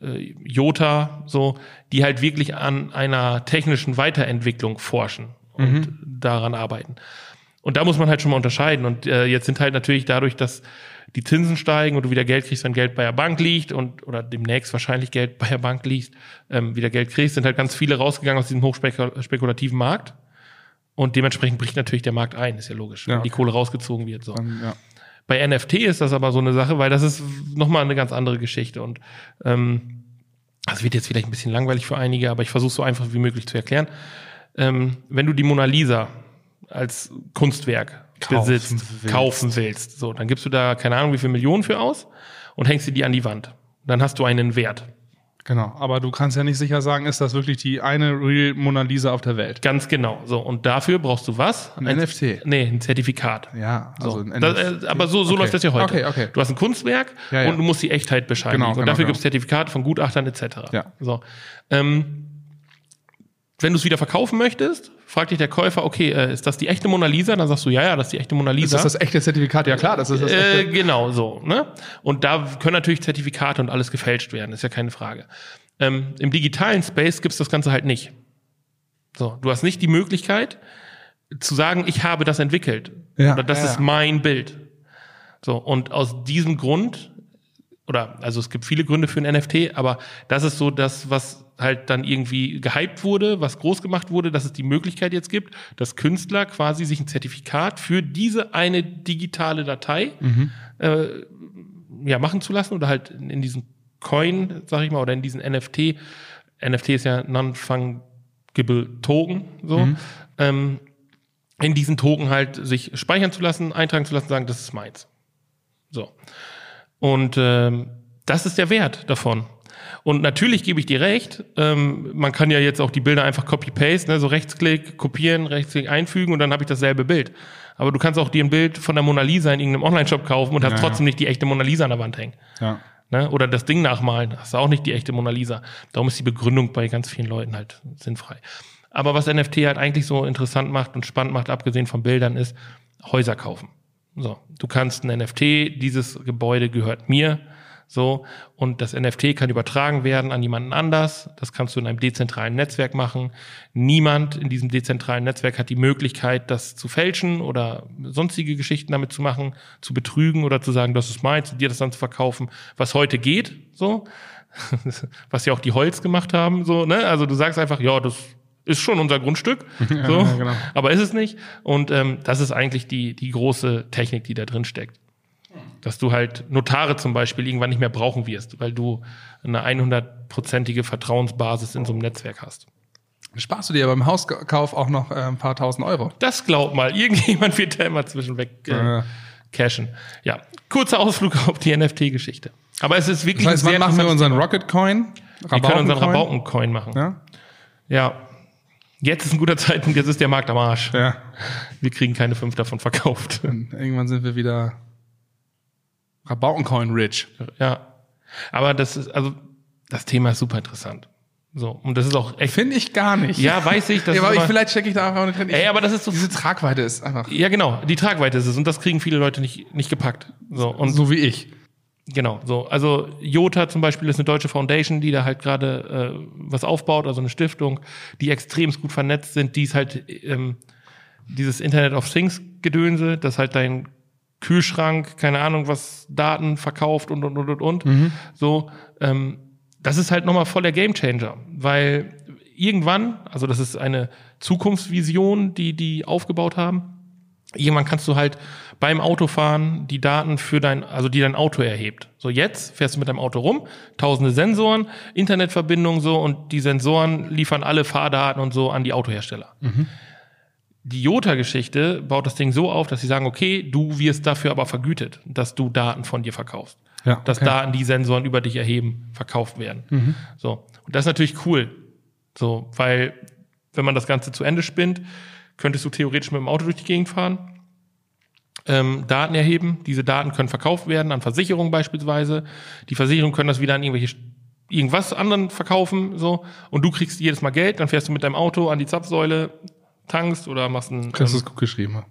S3: äh, Jota, so, die halt wirklich an einer technischen Weiterentwicklung forschen und
S1: Mhm.
S3: daran arbeiten. Und da muss man halt schon mal unterscheiden. Und äh, jetzt sind halt natürlich dadurch, dass die Zinsen steigen und du wieder Geld kriegst, wenn Geld bei der Bank liegt und oder demnächst wahrscheinlich Geld bei der Bank liegt, ähm, wieder Geld kriegst, sind halt ganz viele rausgegangen aus diesem hochspekulativen Markt. Und dementsprechend bricht natürlich der Markt ein, ist ja logisch,
S1: Ja,
S3: wenn die
S1: okay.
S3: Kohle rausgezogen wird. So.
S1: Dann, ja.
S3: Bei NFT ist das aber so eine Sache, weil das ist nochmal eine ganz andere Geschichte. Und ähm, das wird jetzt vielleicht ein bisschen langweilig für einige, aber ich versuche so einfach wie möglich zu erklären. Ähm, wenn du die Mona Lisa als Kunstwerk
S1: Kaufen
S3: besitzt,
S1: willst.
S3: kaufen willst, so, dann gibst du da keine Ahnung wie viel Millionen für aus und hängst dir die an die Wand. Dann hast du einen Wert.
S1: Genau, aber du kannst ja nicht sicher sagen, ist das wirklich die eine real Mona Lisa auf der Welt?
S3: Ganz genau. So, und dafür brauchst du was?
S1: Ein NFT.
S3: Nee, ein Zertifikat.
S1: Ja, also
S3: So.
S1: ein
S3: das,
S1: NFT.
S3: äh, aber so, so
S1: Okay.
S3: läuft das ja heute.
S1: Okay, okay.
S3: Du hast ein Kunstwerk
S1: Ja, ja.
S3: und du musst die Echtheit bescheinigen.
S1: Genau,
S3: und
S1: genau,
S3: dafür
S1: genau.
S3: gibt es Zertifikate von Gutachtern etc.
S1: Ja.
S3: So. Ähm, wenn du es wieder verkaufen möchtest, fragt dich der Käufer, okay, äh, ist das die echte Mona Lisa? Dann sagst du, ja, ja, das ist die echte Mona
S1: Ist
S3: Lisa.
S1: das das echte Zertifikat? Ja klar, das ist das echte.
S3: Äh, genau so. Ne? Und da können natürlich Zertifikate und alles gefälscht werden, ist ja keine Frage. Ähm, Im digitalen Space gibt's das Ganze halt nicht. So, du hast nicht die Möglichkeit zu sagen, ich habe das entwickelt
S1: Ja,
S3: oder das
S1: ja,
S3: ist
S1: ja.
S3: mein Bild. So und aus diesem Grund oder also es gibt viele Gründe für ein NFT, aber das ist so das, was halt dann irgendwie gehypt wurde, was groß gemacht wurde, dass es die Möglichkeit jetzt gibt, dass Künstler quasi sich ein Zertifikat für diese eine digitale Datei äh, ja, machen zu lassen oder halt in in diesen Coin, sag ich mal, oder in diesen NFT. NFT ist ja Non-Fungible Token, so.
S1: Mhm.
S3: Ähm, in diesen Token halt sich speichern zu lassen, eintragen zu lassen, sagen, das ist meins. So. Und ähm, das ist der Wert davon. Und natürlich gebe ich dir recht, ähm, man kann ja jetzt auch die Bilder einfach copy-paste, ne, so Rechtsklick kopieren, Rechtsklick einfügen und dann habe ich dasselbe Bild. Aber du kannst auch dir ein Bild von der Mona Lisa in irgendeinem Online-Shop kaufen und hast
S1: Ja, ja.
S3: trotzdem nicht die echte Mona Lisa an der Wand hängen.
S1: Ja.
S3: Ne? Oder das Ding nachmalen, hast du auch nicht die echte Mona Lisa. Darum ist die Begründung bei ganz vielen Leuten halt sinnfrei. Aber was NFT halt eigentlich so interessant macht und spannend macht, abgesehen von Bildern, ist Häuser kaufen. So, du kannst ein NFT, dieses Gebäude gehört mir, so und das NFT kann übertragen werden an jemanden anders. Das kannst du in einem dezentralen Netzwerk machen. Niemand in diesem dezentralen Netzwerk hat die Möglichkeit, das zu fälschen oder sonstige Geschichten damit zu machen, zu betrügen oder zu sagen, das ist meins, und dir das dann zu verkaufen, was heute geht, so was ja auch die Holz gemacht haben, so ne. Also du sagst einfach, ja, das ist schon unser Grundstück, so,
S1: ja, genau.
S3: aber ist es nicht. Und ähm, das ist eigentlich die die große Technik, die da drin steckt dass du halt Notare zum Beispiel irgendwann nicht mehr brauchen wirst, weil du eine 100-prozentige Vertrauensbasis in so einem Netzwerk hast.
S1: Sparst du dir beim Hauskauf auch noch äh, ein paar tausend Euro?
S3: Das glaub mal, irgendjemand wird da immer zwischenweg äh,
S1: Ja.
S3: cashen. Ja, kurzer Ausflug auf die NFT-Geschichte. Aber es ist wirklich
S1: Das heißt,
S3: ein
S1: wann
S3: sehr
S1: machen wir
S3: interessantes-
S1: unseren Rocket Coin?
S3: wir können unseren
S1: Rabauken-Coin?
S3: Rabauken-Coin machen. Ja.
S1: Ja?
S3: Jetzt ist ein guter Zeitpunkt, jetzt ist der Markt am Arsch.
S1: ja.
S3: Wir kriegen keine fünf davon verkauft.
S1: Und irgendwann sind wir wieder Rabauken-Coin rich.
S3: ja. Aber das ist, also, das Thema ist super interessant. So. Und das ist auch echt.
S1: Finde ich gar nicht.
S3: Ja, weiß ich, das
S1: ja,
S3: ist
S1: aber ich,
S3: aber-
S1: vielleicht stecke ich da einfach nicht drin. Ich,
S3: Ey, aber das ist so
S1: diese Tragweite ist einfach
S3: Ja, genau. Die Tragweite ist es. Und das kriegen viele Leute nicht, nicht gepackt. So. Und
S1: so wie ich.
S3: genau. So. Also, Jota zum Beispiel ist eine deutsche Foundation, die da halt gerade äh, was aufbaut, also eine Stiftung, die extrem gut vernetzt sind, die es halt, ähm, dieses Internet of Things Gedönse, das halt dein Kühlschrank, keine Ahnung, was Daten verkauft und, und, und, und, und. So, ähm, das ist halt nochmal voller Gamechanger, weil irgendwann, also das ist eine Zukunftsvision, die die aufgebaut haben, irgendwann kannst du halt beim Autofahren die Daten für dein, also die dein Auto erhebt. So jetzt fährst du mit deinem Auto rum, tausende Sensoren, Internetverbindung so und die Sensoren liefern alle Fahrdaten und so an die Autohersteller.
S1: Mhm.
S3: Die Jota-Geschichte baut das Ding so auf, dass sie sagen, okay, du wirst dafür aber vergütet, dass du Daten von dir verkaufst.
S1: Ja,
S3: Dass
S1: okay. Mhm.
S3: Daten, die Sensoren über dich erheben, verkauft werden. So. Und das ist natürlich cool. So, weil, wenn man das Ganze zu Ende spinnt, könntest du theoretisch mit dem Auto durch die Gegend fahren, ähm, Daten erheben. Diese Daten können verkauft werden an Versicherungen beispielsweise. Die Versicherungen können das wieder an irgendwelche irgendwas anderen verkaufen so und du kriegst jedes Mal Geld, dann fährst du mit deinem Auto an die Zapfsäule, tankst oder machst einen
S1: Dass
S3: ähm,
S1: du es gut geschrieben hast.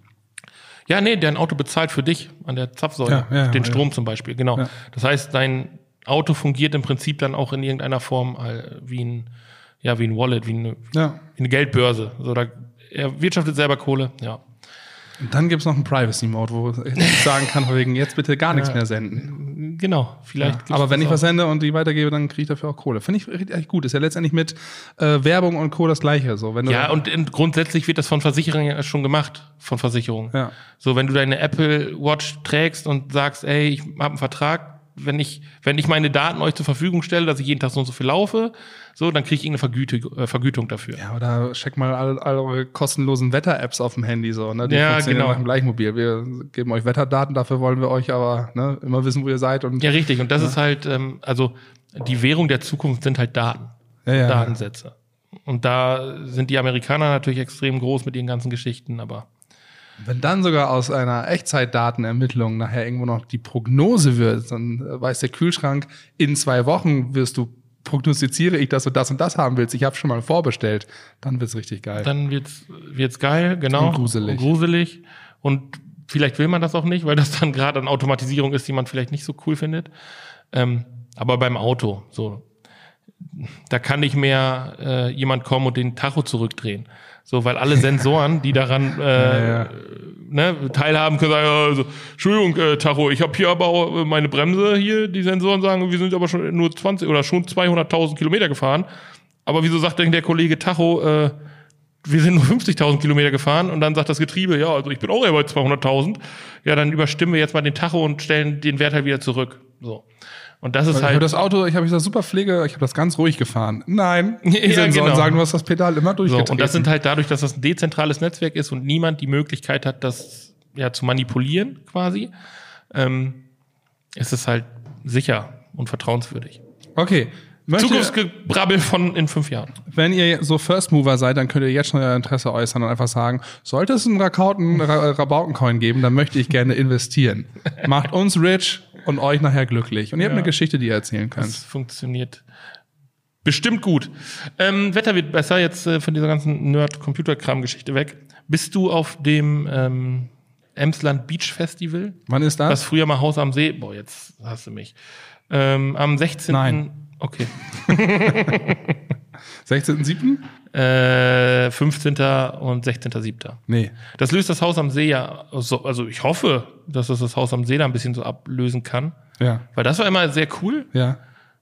S3: ja, nee, dein Auto bezahlt für dich an der Zapfsäule,
S1: Ja, ja,
S3: den
S1: ja.
S3: Strom zum Beispiel, genau.
S1: Ja.
S3: Das heißt, dein Auto fungiert im Prinzip dann auch in irgendeiner Form äh, wie ein, ja, wie ein Wallet, wie eine,
S1: Ja.
S3: wie eine Geldbörse. So, da, er wirtschaftet selber Kohle, ja.
S1: Und dann gibt es noch einen Privacy-Mode, wo ich sagen kann, von wegen jetzt bitte gar nichts mehr senden.
S3: Genau, vielleicht. gibt's
S1: Aber wenn
S3: das
S1: ich was
S3: auch.
S1: sende und die weitergebe, dann kriege ich dafür auch Kohle. Finde ich richtig eigentlich gut. Ist ja letztendlich mit äh, Werbung und Co. das Gleiche. So, wenn du
S3: Ja, und, und grundsätzlich wird das von Versicherungen ja schon gemacht, von Versicherungen.
S1: Ja.
S3: So, wenn du deine Apple Watch trägst und sagst, ey, ich habe einen Vertrag, wenn ich, wenn ich meine Daten euch zur Verfügung stelle, dass ich jeden Tag so und so viel laufe, so, dann kriege ich irgendeine Vergütung, äh, Vergütung dafür.
S1: Ja, oder check mal all, all eure kostenlosen Wetter-Apps auf dem Handy so, ne?
S3: Ja,
S1: funktionieren
S3: genau.
S1: nach dem gleichen Mobil. Wir geben euch Wetterdaten, dafür wollen wir euch aber ne, immer wissen, wo ihr seid und
S3: Ja, richtig. Und das ist halt, ähm, also die Währung der Zukunft sind halt Daten,
S1: Ja, ja.
S3: Datensätze. Und da sind die Amerikaner natürlich extrem groß mit ihren ganzen Geschichten, aber
S1: wenn dann sogar aus einer Echtzeitdatenermittlung nachher irgendwo noch die Prognose wird, dann weiß der Kühlschrank, in zwei Wochen wirst du prognostiziere ich, dass du das und das haben willst. Ich habe schon mal vorbestellt. Dann wird's richtig geil.
S3: dann wird's wird's geil, genau.
S1: Und gruselig.
S3: Und gruselig. Und vielleicht will man das auch nicht, weil das dann gerade eine Automatisierung ist, die man vielleicht nicht so cool findet. Ähm, aber beim Auto, so, da kann nicht mehr äh, jemand kommen und den Tacho zurückdrehen. So, weil alle Sensoren, die daran äh,
S1: Ja, ja.
S3: Ne, teilhaben können, sagen, ja, also, Entschuldigung, äh, Tacho, ich habe hier aber auch, äh, meine Bremse hier, die Sensoren sagen, wir sind aber schon nur 20 oder schon 200.000 Kilometer gefahren. Aber wieso sagt denn der Kollege Tacho, äh, wir sind nur 50.000 Kilometer gefahren und dann sagt das Getriebe, ja, also ich bin auch eher bei 200.000. Ja, dann überstimmen wir jetzt mal den Tacho und stellen den Wert halt wieder zurück. So. Und das ist
S1: Ich hab
S3: halt.
S1: das Auto, ich habe das super Pflege, ich habe das ganz ruhig gefahren. Nein, die
S3: Ja,
S1: Sensoren
S3: genau.
S1: sagen, du hast das Pedal immer
S3: So,
S1: durchgetreten.
S3: und das sind halt dadurch, dass das ein dezentrales Netzwerk ist und niemand die Möglichkeit hat, das ja zu manipulieren quasi, ähm, ist es halt sicher und vertrauenswürdig.
S1: okay. Möchte-
S3: Zukunftsgebrabbel von in fünf Jahren.
S1: Wenn ihr so First Mover seid, dann könnt ihr jetzt schon euer Interesse äußern und einfach sagen, sollte es einen Rakauten, Ra äh, Rabaukencoin geben, dann möchte ich gerne investieren. Macht uns rich und euch nachher glücklich. Und ihr habt eine Geschichte, die ihr erzählen könnt.
S3: Das funktioniert bestimmt gut. Ähm, Wetter wird besser jetzt äh, von dieser ganzen Nerd-Computer-Kram-Geschichte weg. Bist du auf dem ähm, Emsland Beach Festival?
S1: Wann ist das?
S3: Das früher mal Haus am See. Boah, jetzt hast du mich. Ähm, am 16.
S1: Nein.
S3: Okay.
S1: 16.07.?
S3: Äh, 15. und 16.7.
S1: Nee.
S3: Das löst das Haus am See ja, so- also ich hoffe, dass das das Haus am See da ein bisschen so ablösen kann.
S1: Ja.
S3: Weil das war immer sehr cool.
S1: Ja.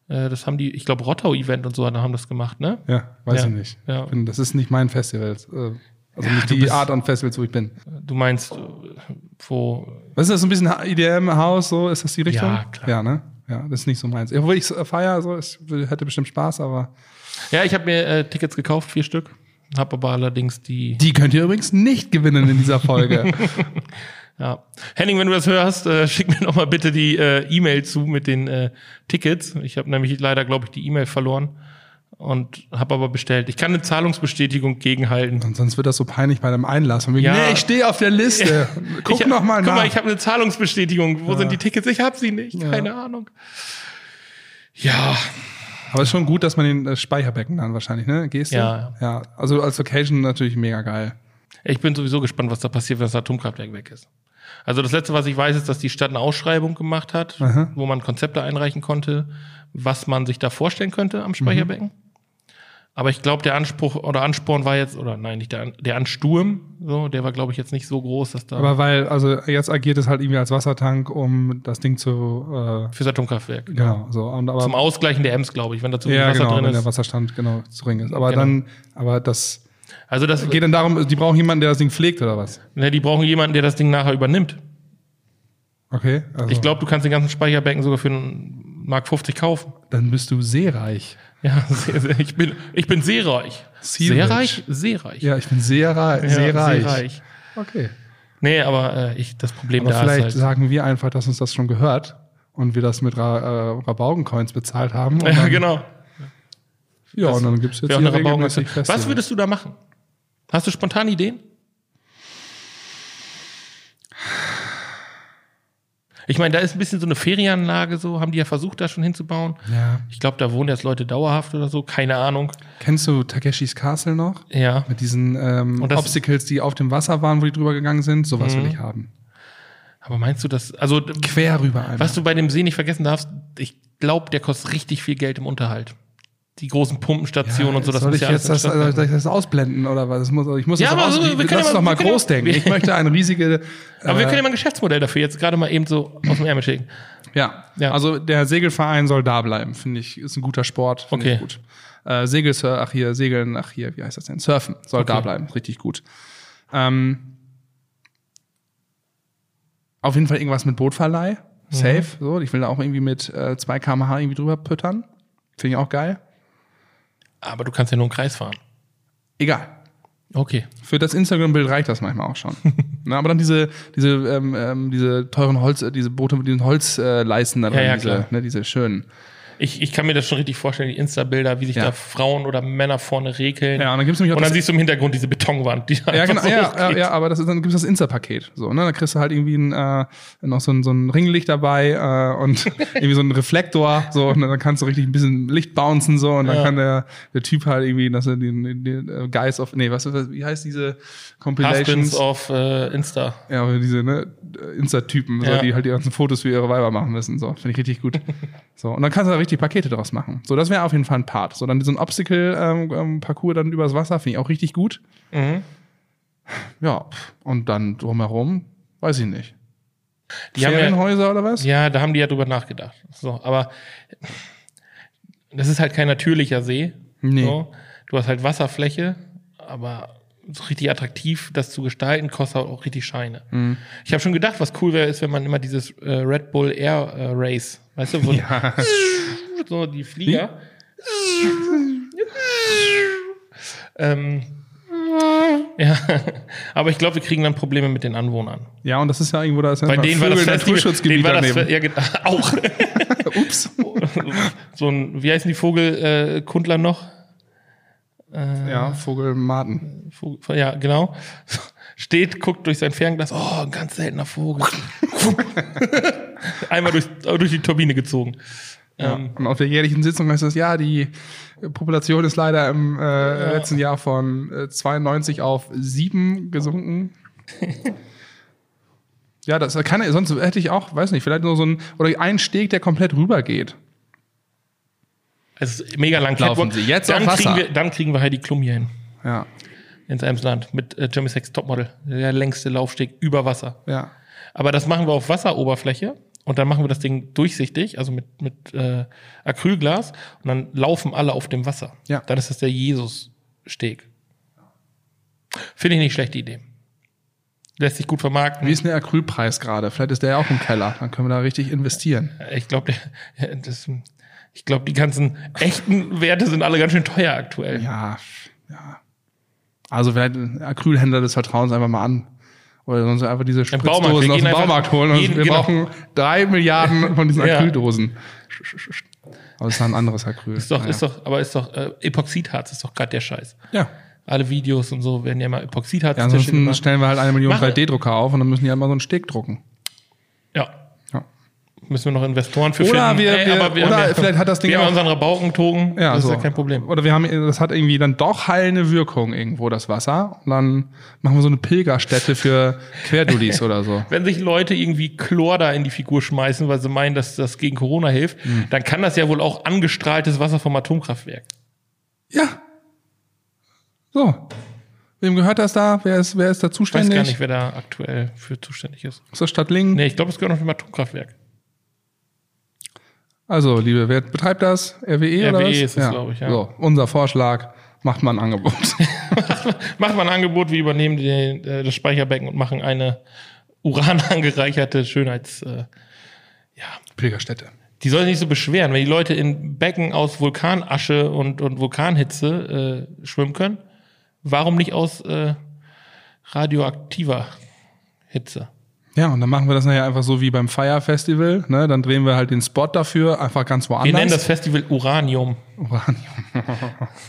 S3: Äh, das haben die, ich glaube, Rottau-Event und so haben das gemacht, ne?
S1: Ja. Weiß
S3: Ja.
S1: ich nicht.
S3: Ja.
S1: Ich Bin, das ist nicht mein Festival. Äh, Also nicht
S3: du
S1: die
S3: bist-
S1: Art an Festivals, wo ich bin.
S3: Du meinst, äh, wo.
S1: Was ist das, so ein bisschen IDM-Haus, so? Ist das die Richtung?
S3: Ja, klar.
S1: Ja, ne? Ja, das ist nicht so meins. Obwohl ich feier, so, ich hätte bestimmt Spaß, aber.
S3: Ja, ich habe mir äh, Tickets gekauft, vier Stück. Hab aber allerdings die.
S1: Die könnt ihr übrigens nicht gewinnen in dieser Folge.
S3: Ja. Henning, wenn du das hörst, äh, schick mir noch mal bitte die äh, E-Mail zu mit den äh, Tickets. Ich habe nämlich leider, glaube ich, die E-Mail verloren und habe aber bestellt. Ich kann eine Zahlungsbestätigung gegenhalten.
S1: Und sonst wird das so peinlich bei deinem Einlass. Und wir,
S3: Ja.
S1: Nee, ich stehe auf der Liste. Guck
S3: ich,
S1: noch mal
S3: Guck
S1: nach.
S3: mal, ich habe eine Zahlungsbestätigung. Wo sind die Tickets? Ich habe sie nicht. Keine Ahnung. Ja,
S1: Aber es ist schon gut, dass man den äh, Speicherbecken dann wahrscheinlich, ne? Gehst du?
S3: Ja.
S1: ja. Also als Location natürlich mega geil.
S3: ich bin sowieso gespannt, was da passiert, wenn das Atomkraftwerk weg ist. Also das Letzte, was ich weiß, ist, dass die Stadt eine Ausschreibung gemacht hat, wo man Konzepte einreichen konnte, was man sich da vorstellen könnte am Speicherbecken.
S1: Mhm.
S3: Aber ich glaube, der Anspruch oder Ansporn war jetzt, oder nein, nicht der, An- der Ansturm, so, der war, glaube ich, jetzt nicht so groß, dass da
S1: Aber weil, also jetzt agiert es halt irgendwie als Wassertank, um das Ding zu,
S3: fürs Atomkraftwerk.
S1: äh, genau, so. Und aber,
S3: Zum Ausgleichen der Ems, glaube ich, wenn da zu viel
S1: ja,
S3: Wasser
S1: genau, wenn
S3: drin
S1: der
S3: ist.
S1: Wasserstand genau zu gering ist. Aber
S3: Genau.
S1: dann, aber das
S3: Also das
S1: geht dann darum, die brauchen jemanden, der das Ding pflegt oder was?
S3: Ne, die brauchen jemanden, der das Ding nachher übernimmt.
S1: Okay. Also,
S3: Ich glaube, du kannst den ganzen Speicherbecken sogar für einen Mark 50 kaufen.
S1: dann bist du seereich.
S3: Ja, sehr, sehr, ich bin ich bin seereich.
S1: Seerich.
S3: Seereich, seereich.
S1: Ja, ich bin seerei
S3: Ja,
S1: seereich. Okay.
S3: Nee, aber äh, ich das Problem
S1: Aber
S3: da
S1: vielleicht
S3: ist halt.
S1: sagen wir einfach, dass uns das schon gehört und wir das mit Ra äh, Rabaugencoins bezahlt haben. Und
S3: Ja,
S1: dann,
S3: genau.
S1: ja, und dann gibt's jetzt
S3: Wäre auch
S1: hier
S3: eine Rabauken-
S1: regelmäßig Feste.
S3: Was würdest du da machen? Hast du spontan Ideen? Ich meine, da ist ein bisschen so eine Ferienanlage, so haben die ja versucht, da schon hinzubauen.
S1: Ja.
S3: Ich glaube, da wohnen jetzt Leute dauerhaft oder so, keine Ahnung.
S1: Kennst du Takeshis Castle noch?
S3: Ja.
S1: Mit diesen ähm,
S3: Und das- Mhm.
S1: Obstacles, die auf dem Wasser waren, wo die drüber gegangen sind. Sowas will ich haben.
S3: Aber meinst du das? Also,
S1: Quer rüber einmal.
S3: was du bei dem See nicht vergessen darfst, ich glaube, der kostet richtig viel Geld im Unterhalt. Die großen Pumpenstationen und so, das
S1: soll
S3: muss
S1: ich
S3: ja
S1: jetzt
S3: alles
S1: das,
S3: in Stand
S1: also, soll ich das ausblenden oder was? Das muss, ich muss
S3: Ja,
S1: das
S3: aber
S1: aus,
S3: so, wir
S1: lass
S3: können ja
S1: es
S3: mal-
S1: doch mal
S3: wir können
S1: groß
S3: ja-
S1: denken. Ich möchte eine riesige.
S3: Aber
S1: äh,
S3: wir können ja mal ein Geschäftsmodell dafür jetzt gerade mal eben so aus dem Ärmel schicken.
S1: Ja.
S3: Ja.
S1: also der Segelverein soll da bleiben, finde ich. Ist ein guter Sport, finde
S3: Okay.
S1: ich gut. Äh, Segel, ach hier, Segeln, ach hier, wie heißt das denn? Surfen soll da bleiben, richtig gut. Ähm, auf jeden Fall irgendwas mit
S3: Mhm.
S1: Bootverleih, safe. So, ich will da auch irgendwie mit äh, 2 kmh irgendwie drüber püttern. Finde ich auch geil.
S3: Aber du kannst ja nur im Kreis fahren.
S1: Egal.
S3: Okay.
S1: Für das Instagram-Bild reicht das manchmal auch schon. Na, aber dann diese, diese, ähm, ähm, diese teuren Holz, äh, diese Boote mit diesen Holzleisten, äh, Leisten da dran,
S3: ja,
S1: diese,
S3: klar.
S1: ne, diese schönen.
S3: Ich, ich kann mir das schon richtig vorstellen, die Insta-Bilder, wie sich
S1: Ja.
S3: da Frauen oder Männer vorne regeln.
S1: Ja, und dann gibt's nämlich auch
S3: Und dann
S1: das-
S3: siehst du im Hintergrund diese Betonwand, die da
S1: Ja,
S3: einfach
S1: genau,
S3: so
S1: ja, ja,
S3: hochgeht.
S1: ja, aber das ist, dann gibt's das Insta-Paket. So, ne? Da kriegst du halt irgendwie ein, äh, noch so ein, so ein Ringlicht dabei äh, und irgendwie so einen Reflektor. So, und dann kannst du richtig ein bisschen Licht bouncen so und dann kann der, der Typ halt irgendwie, dass er den, den, den äh, Guys of, nee, was, was wie heißt diese
S3: Husbands
S1: Compilations?
S3: auf äh, Insta.
S1: Ja, aber diese ne, Insta-Typen, so,
S3: Ja.
S1: die halt die ganzen Fotos für ihre Weiber machen müssen. So, finde ich richtig gut. so, und dann kannst du da die Pakete draus machen. So, das wäre auf jeden Fall ein Part. So, dann so ein Obstacle-Parcours dann übers Wasser finde ich auch richtig gut.
S3: Mhm.
S1: Ja, und dann drumherum, weiß ich nicht.
S3: Die haben ja-
S1: Ferienhäuser oder was?
S3: Ja, da haben die ja drüber nachgedacht. So, aber das ist halt kein natürlicher See.
S1: Nee.
S3: So. Du hast halt Wasserfläche, aber so richtig attraktiv, das zu gestalten, kostet halt auch richtig Scheine. Ich habe schon gedacht, was cool wäre, ist, wenn man immer dieses äh, Red Bull Air äh, Race, weißt du, wo so die Flieger. ähm, ja, aber ich glaube, wir kriegen dann Probleme mit den Anwohnern.
S1: Ja, und das ist ja irgendwo da ist ja
S3: Bei
S1: einfach
S3: denen war das
S1: Vögel-
S3: Festival.
S1: Naturschutzgebiet
S3: denen war das
S1: daneben.
S3: Fe- ja, genau, auch.
S1: Ups.
S3: so ein, wie heißen die Vogel, äh, Kundler noch?
S1: Ja, Vogel Marten.
S3: Vogel, ja, genau. Steht, guckt durch sein Fernglas, oh, ein ganz seltener Vogel. Einmal durch, durch die Turbine gezogen.
S1: Ja. Und Ähm, auf der jährlichen Sitzung heißt das, ja, die Population ist leider im äh, letzten Jahr von äh, 92 auf 7 gesunken. ja, das kann sonst hätte ich auch, weiß nicht, vielleicht nur so ein oder ein Steg, der komplett rüber geht.
S3: Also mega lang.
S1: Laufen
S3: Catwalk.
S1: Sie jetzt
S3: dann
S1: auf Wasser.
S3: Kriegen wir, dann kriegen wir Heidi Klum hier hin.
S1: Ja,
S3: Ins Emsland mit äh, Jeremy Sex Topmodel. Der längste Laufsteg über Wasser.
S1: ja.
S3: Aber das machen wir auf Wasseroberfläche und dann machen wir das Ding durchsichtig, also mit, mit äh, Acrylglas und dann laufen alle auf dem Wasser.
S1: Ja.
S3: Dann ist das der Jesussteg. Finde ich nicht schlechte Idee. Lässt sich gut vermarkten.
S1: Wie ist denn der Acrylpreis gerade? Vielleicht ist der ja auch im Keller. Dann können wir da richtig investieren.
S3: Ich glaube, ich glaube, die ganzen echten Werte sind alle ganz schön teuer aktuell.
S1: Ja, ja. Also vielleicht einen Acrylhändler des Vertrauens einfach mal an. Oder sonst einfach diese
S3: Baumarkt.
S1: Spritzdosen
S3: Wir
S1: aus
S3: gehen
S1: dem
S3: einfach
S1: Baumarkt holen. Und
S3: jeden-
S1: wir
S3: genau.
S1: brauchen drei Milliarden von diesen
S3: Ja.
S1: Acryldosen. Aber es ist ein anderes Acryl.
S3: Ist doch, ist doch, aber ist doch, äh, Epoxidharz ist doch gerade der Scheiß.
S1: Ja,
S3: Alle Videos und so werden ja mal Epoxidharz
S1: ja ansonsten stellen wir halt eine Million
S3: Machen-
S1: 3D-Drucker auf und dann müssen die halt mal so einen Steg drucken.
S3: Ja.
S1: Ja.
S3: Müssen wir noch Investoren für
S1: Oder
S3: finden.
S1: wir- wir- oder
S3: haben
S1: vielleicht hat das Ding
S3: Wir haben
S1: auch-
S3: unseren Rabaukentoken,
S1: Ja,
S3: das
S1: so.
S3: ist ja kein Problem.
S1: Oder wir haben, das hat irgendwie dann doch heilende Wirkung irgendwo, das Wasser. Und dann machen wir so eine Pilgerstätte für Querdulis oder so.
S3: Wenn sich Leute irgendwie Chlor da in die Figur schmeißen, weil sie meinen, dass das gegen Corona hilft,
S1: Hm.
S3: dann kann das ja wohl auch angestrahltes Wasser vom Atomkraftwerk.
S1: Ja. So. Wem gehört das da? Wer ist, wer ist da
S3: Ich weiß
S1: zuständig?
S3: gar nicht, wer da aktuell für zuständig ist.
S1: Ist das Stadtlingen?
S3: Nee, ich glaube, es gehört noch dem Atomkraftwerk.
S1: Also, liebe, wer betreibt das? RWE, oder
S3: RWE
S1: was?
S3: E ist es, glaub ich, ja.
S1: So, unser Vorschlag, macht mal ein Angebot.
S3: Machen wir ein Angebot, wir übernehmen den, äh, das Speicherbecken und machen eine uranangereicherte Schönheits... Äh,
S1: Pilgerstätte.
S3: die sollen sich nicht so beschweren, wenn die Leute in Becken aus Vulkanasche und, und Vulkanhitze äh, schwimmen können. Warum nicht aus äh, radioaktiver Hitze?
S1: Ja, und dann machen wir das nachher einfach so wie beim Fire Festival. Ne? Dann drehen wir halt den Spot dafür, einfach ganz woanders.
S3: Wir nennen das Festival Uranium.
S1: Uranium.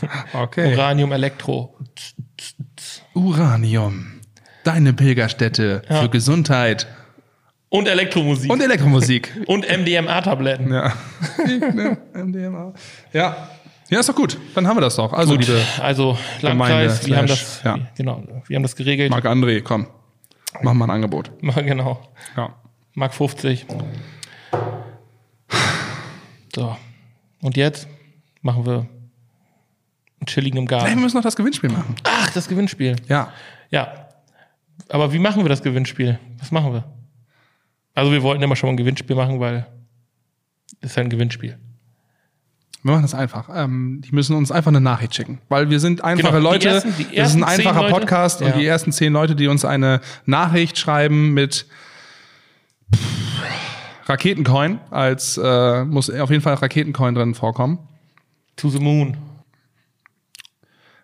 S1: okay.
S3: Uranium Elektro.
S1: Uranium. Deine Pilgerstätte
S3: Ja.
S1: für Gesundheit
S3: Und Elektromusik.
S1: und
S3: Und,
S1: Elektromusik.
S3: MDMA-Tabletten.
S1: ja. MDMA. Ja. Ja, ist doch gut. Dann haben wir das doch. Also,
S3: Gut,
S1: liebe
S3: also
S1: Gemeinde
S3: Landkreis, wir haben das,
S1: slash, ja.
S3: genau, wir haben das geregelt.
S1: Marc André, komm, mach mal ein Angebot.
S3: Genau.
S1: Ja.
S3: Mark 50. So. Und jetzt machen wir einen chilligen im
S1: Ey, wir
S3: Garten.
S1: müssen noch das Gewinnspiel machen.
S3: Ach, das Gewinnspiel.
S1: Ja.
S3: Ja. Aber wie machen wir das Gewinnspiel? Was machen wir? Also wir wollten immer schon mal ein Gewinnspiel machen, weil das ist ja ein Gewinnspiel.
S1: Wir machen das einfach. Ähm, die müssen uns einfach eine Nachricht schicken, weil wir sind einfache
S3: Genau, die
S1: Leute.
S3: ersten- die
S1: das ist ein
S3: ersten zehn
S1: einfacher
S3: Leute.
S1: Podcast
S3: Ja.
S1: und die ersten zehn Leute, die uns eine Nachricht schreiben mit Raketencoin als äh, muss auf jeden Fall Raketencoin drin vorkommen.
S3: To the Moon.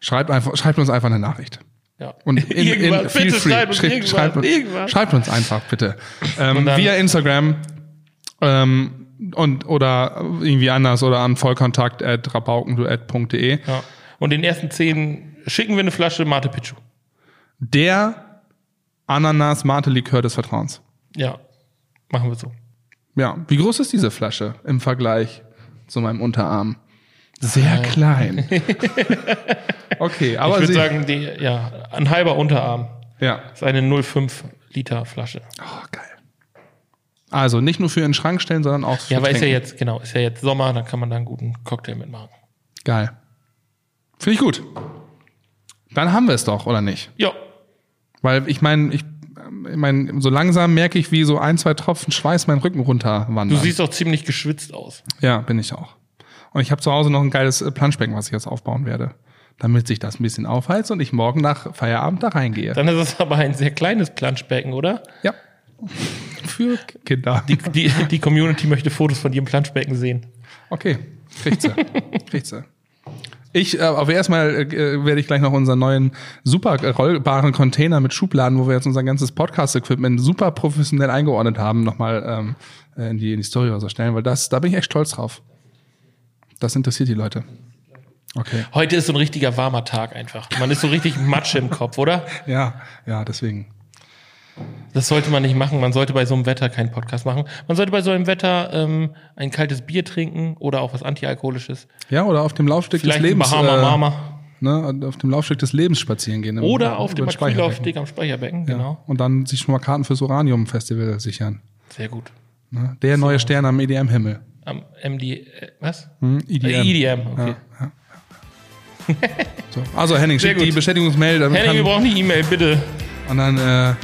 S1: Schreibt einfach, schreibt uns einfach eine Nachricht.
S3: Ja.
S1: Und in, in,
S3: Irgendwas.
S1: feel
S3: Bitte
S1: free.
S3: schreib uns
S1: Schreibt,
S3: irgendwas.
S1: schreibt,
S3: Irgendwas.
S1: uns, schreibt uns einfach, bitte. Ähm,
S3: Und dann-
S1: via Instagram ähm, und oder irgendwie anders oder an vollkontakt at rabaukenduett.de.
S3: Ja. Und den ersten zehn schicken wir eine Flasche Mate Picchu.
S1: Der Ananas-Mate-Likör des Vertrauens.
S3: Ja. Machen wir so.
S1: Ja, wie groß ist diese Flasche im Vergleich zu meinem Unterarm? Sehr klein. okay, aber
S3: Äh. ich würde
S1: sie,
S3: sagen, die, ja, ein halber Unterarm.
S1: ja,
S3: Das ist eine 0,5 Liter Flasche.
S1: oh, geil. Also nicht nur für in den Schrank stellen, sondern auch für
S3: Ja, aber ist ja
S1: Trinken.
S3: jetzt, genau, ist ja jetzt Sommer, dann kann man da einen guten Cocktail mitmachen.
S1: Geil. Finde ich gut. Dann haben wir es doch, oder nicht?
S3: Ja,
S1: Weil ich meine, ich, ähm, ich meine, so langsam merke ich, wie so ein, zwei Tropfen Schweiß meinen Rücken runterwandern.
S3: du siehst auch ziemlich geschwitzt aus.
S1: Ja, bin ich auch. Und ich habe zu Hause noch ein geiles äh, Planschbecken, was ich jetzt aufbauen werde. Damit sich das ein bisschen aufheizt und ich morgen nach Feierabend da reingehe.
S3: Dann ist es aber ein sehr kleines Planschbecken, oder?
S1: ja. Für Kinder.
S3: Die, die, die Community möchte Fotos von dir im Planschbecken sehen.
S1: Okay, kriegt sie. kriegt sie. Ich, äh, aber erstmal äh, äh, werde ich gleich noch unseren neuen super äh, rollbaren Container mit Schubladen, wo wir jetzt unser ganzes Podcast-Equipment super professionell eingeordnet haben, nochmal ähm, äh, in, die, in die Story oder so stellen, weil das, da bin ich echt stolz drauf. Das interessiert die Leute. Okay.
S3: Heute ist so ein richtiger warmer Tag einfach. Man ist so richtig Matsch im Kopf, oder?
S1: Ja, ja, deswegen.
S3: Das sollte man nicht machen. Man sollte bei so einem Wetter keinen Podcast machen. Man sollte bei so einem Wetter ähm, ein kaltes Bier trinken oder auch was Antialkoholisches.
S1: Ja, oder auf dem Laufstück
S3: Vielleicht
S1: des
S3: ein
S1: Lebens.
S3: Bahama
S1: äh,
S3: Mama.
S1: Ne, auf dem Laufstück des Lebens spazieren gehen. im-
S3: Oder auf
S1: über
S3: dem
S1: den Speicherbecken.
S3: Acrylaufsteg am Speicherbecken,
S1: Ja.
S3: genau.
S1: Und dann sich schon mal Karten fürs Uranium-Festival sichern.
S3: Sehr gut.
S1: Ne? Der neue Stern am EDM-Himmel.
S3: Am MD, äh, was?
S1: Hm? EDM.
S3: Äh, EDM, okay.
S1: So. Also Henning,
S3: Sehr
S1: schick die
S3: gut.
S1: Bestätigungsmail. damit
S3: Henning, wir
S1: kann,
S3: brauchen die E-Mail, bitte.
S1: und dann äh,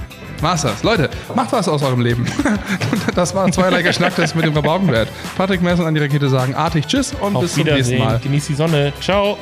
S1: war's das. Leute, macht was aus eurem Leben. das war zweierlei Geschnacktes mit dem Rabaukenwert. Patrick Mess und Andi Rakete sagen artig Tschüss und
S3: Auf
S1: bis zum nächsten
S3: Wiedersehen.
S1: Mal.
S3: Genießt die Sonne. Ciao.